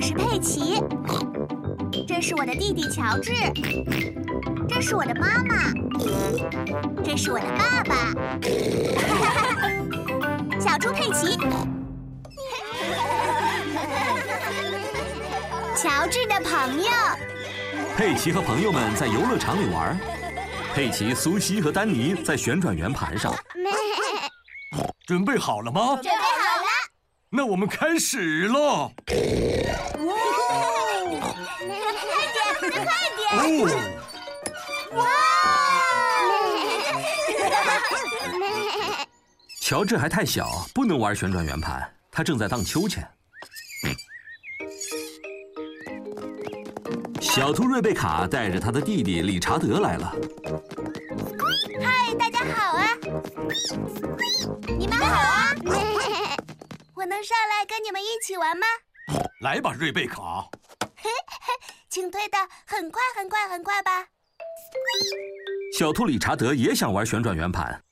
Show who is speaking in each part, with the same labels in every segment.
Speaker 1: 是佩奇，这是我的弟弟乔治，这是我的妈妈，这是我的爸 爸，小猪佩奇。乔治的朋友，
Speaker 2: 佩奇和朋友们在游乐场里玩，佩奇、苏西和丹尼在旋转圆盘 上。
Speaker 3: 准备好了吗？
Speaker 1: 准备好了。
Speaker 3: 那我们开始喽！
Speaker 1: 快点，快点！
Speaker 3: 哦，
Speaker 1: 哇！
Speaker 2: 乔治还太小，不能玩旋转圆盘，他正在荡秋千。小兔瑞贝卡带着他的弟弟理查德来了。
Speaker 1: 嗨，大家好啊！你们好啊！我能上来跟你们一起玩吗？
Speaker 3: 来吧，瑞贝卡，
Speaker 1: 请推的很快，很快，很快吧。
Speaker 2: 小兔理查德也想玩旋转圆盘，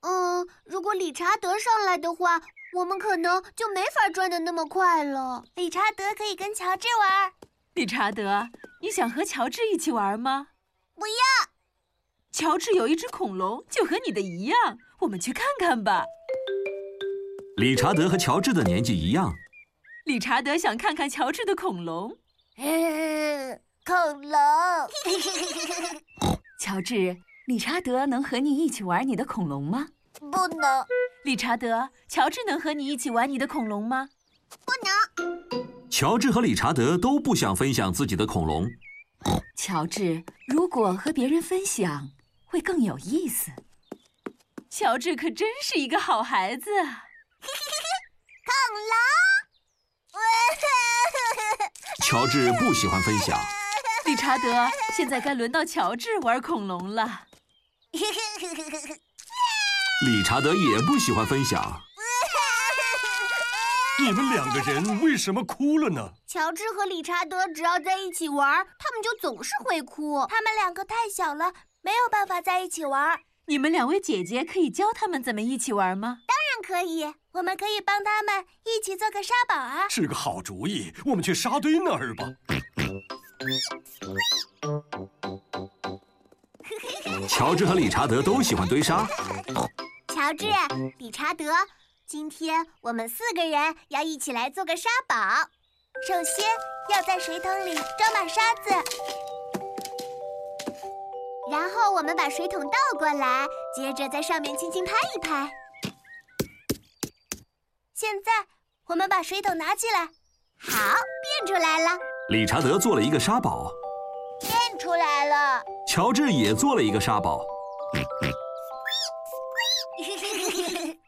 Speaker 4: 嗯，如果理查德上来的话，我们可能就没法转的那么快了。
Speaker 1: 理查德可以跟乔治玩，
Speaker 5: 理查德，你想和乔治一起玩吗？
Speaker 1: 不要。
Speaker 5: 乔治有一只恐龙，就和你的一样，我们去看看吧。
Speaker 2: 理查德和乔治的年纪一样，
Speaker 5: 理查德想看看乔治的恐龙。
Speaker 4: 嗯
Speaker 1: 恐龙。
Speaker 5: 乔治，理查德能和你一起玩你的恐龙吗？
Speaker 1: 不能，
Speaker 5: 理查德，乔治能和你一起玩你的恐龙吗？
Speaker 2: 乔治和理查德都不想分享自己的恐龙。
Speaker 5: 乔治，如果和别人分享，会更有意思。乔治可真是一个好孩子啊。
Speaker 2: 乔治不喜欢分享，
Speaker 5: 理查德，现在该轮到乔治玩恐龙了。
Speaker 2: 理查德也不喜欢分享。
Speaker 3: 你们两个人为什么哭了呢？
Speaker 4: 乔治和理查德只要在一起玩，他们就总是会哭。
Speaker 1: 他们两个太小了，没有办法在一起玩。
Speaker 5: 你们两位姐姐可以教他们怎么一起玩吗？
Speaker 1: 可以，我们可以帮他们一起做个沙堡啊！
Speaker 3: 是个好主意，我们去沙堆那儿吧。
Speaker 2: 乔治和理查德都喜欢堆沙，
Speaker 1: 乔治、理查德，今天我们四个人要一起来做个沙堡。首先要在水桶里装满沙子，然后我们把水桶倒过来，接着在上面轻轻拍一拍。现在我们把水桶拿起来，好，变出来了，
Speaker 2: 理查德做了一个沙堡，
Speaker 1: 变出来了。
Speaker 2: 乔治也做了一个沙堡。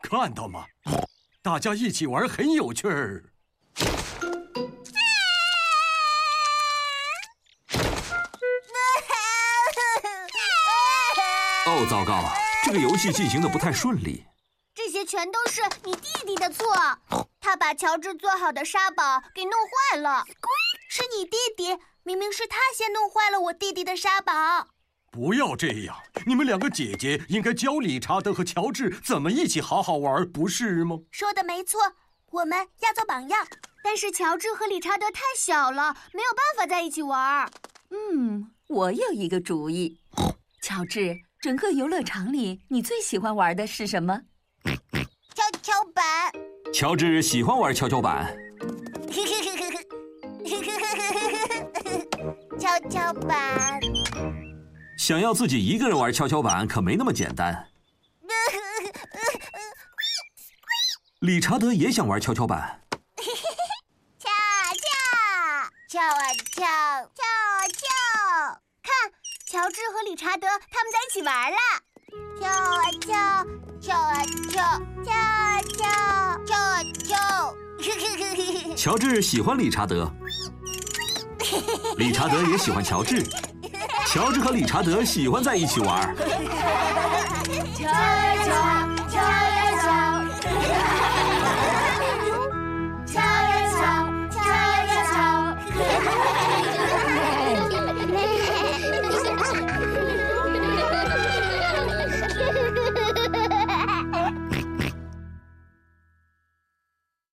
Speaker 3: 看到吗？大家一起玩很有趣儿。
Speaker 2: 哦，糟糕，这个游戏进行的不太顺利。
Speaker 4: 这些全都是你弟弟的错，他把乔治做好的沙堡给弄坏了。
Speaker 1: 是你弟弟，明明是他先弄坏了我弟弟的沙堡。
Speaker 3: 不要这样，你们两个姐姐应该教理查德和乔治怎么一起好好玩，不是吗？
Speaker 1: 说的没错，我们要做榜样。
Speaker 4: 但是乔治和理查德太小了，没有办法在一起玩。
Speaker 5: 嗯，我有一个主意。乔治，整个游乐场里，你最喜欢玩的是什么？
Speaker 1: 跷跷 板，
Speaker 2: 乔治喜欢玩跷跷板，
Speaker 1: 跷跷板，
Speaker 2: 想要自己一个人玩跷跷板可没那么简单。理查德也想玩跷跷板，
Speaker 1: 跳啊跳，跳啊跳，跳啊跳。看，
Speaker 4: 乔治和理查德他们在一起玩了。
Speaker 1: 跳啊跳，跳啊跳，跳啊跳，跳啊跳。
Speaker 2: 乔治喜欢理查德，理查德也喜欢乔治，乔治和理查德喜欢在一起玩。
Speaker 1: 跷跷。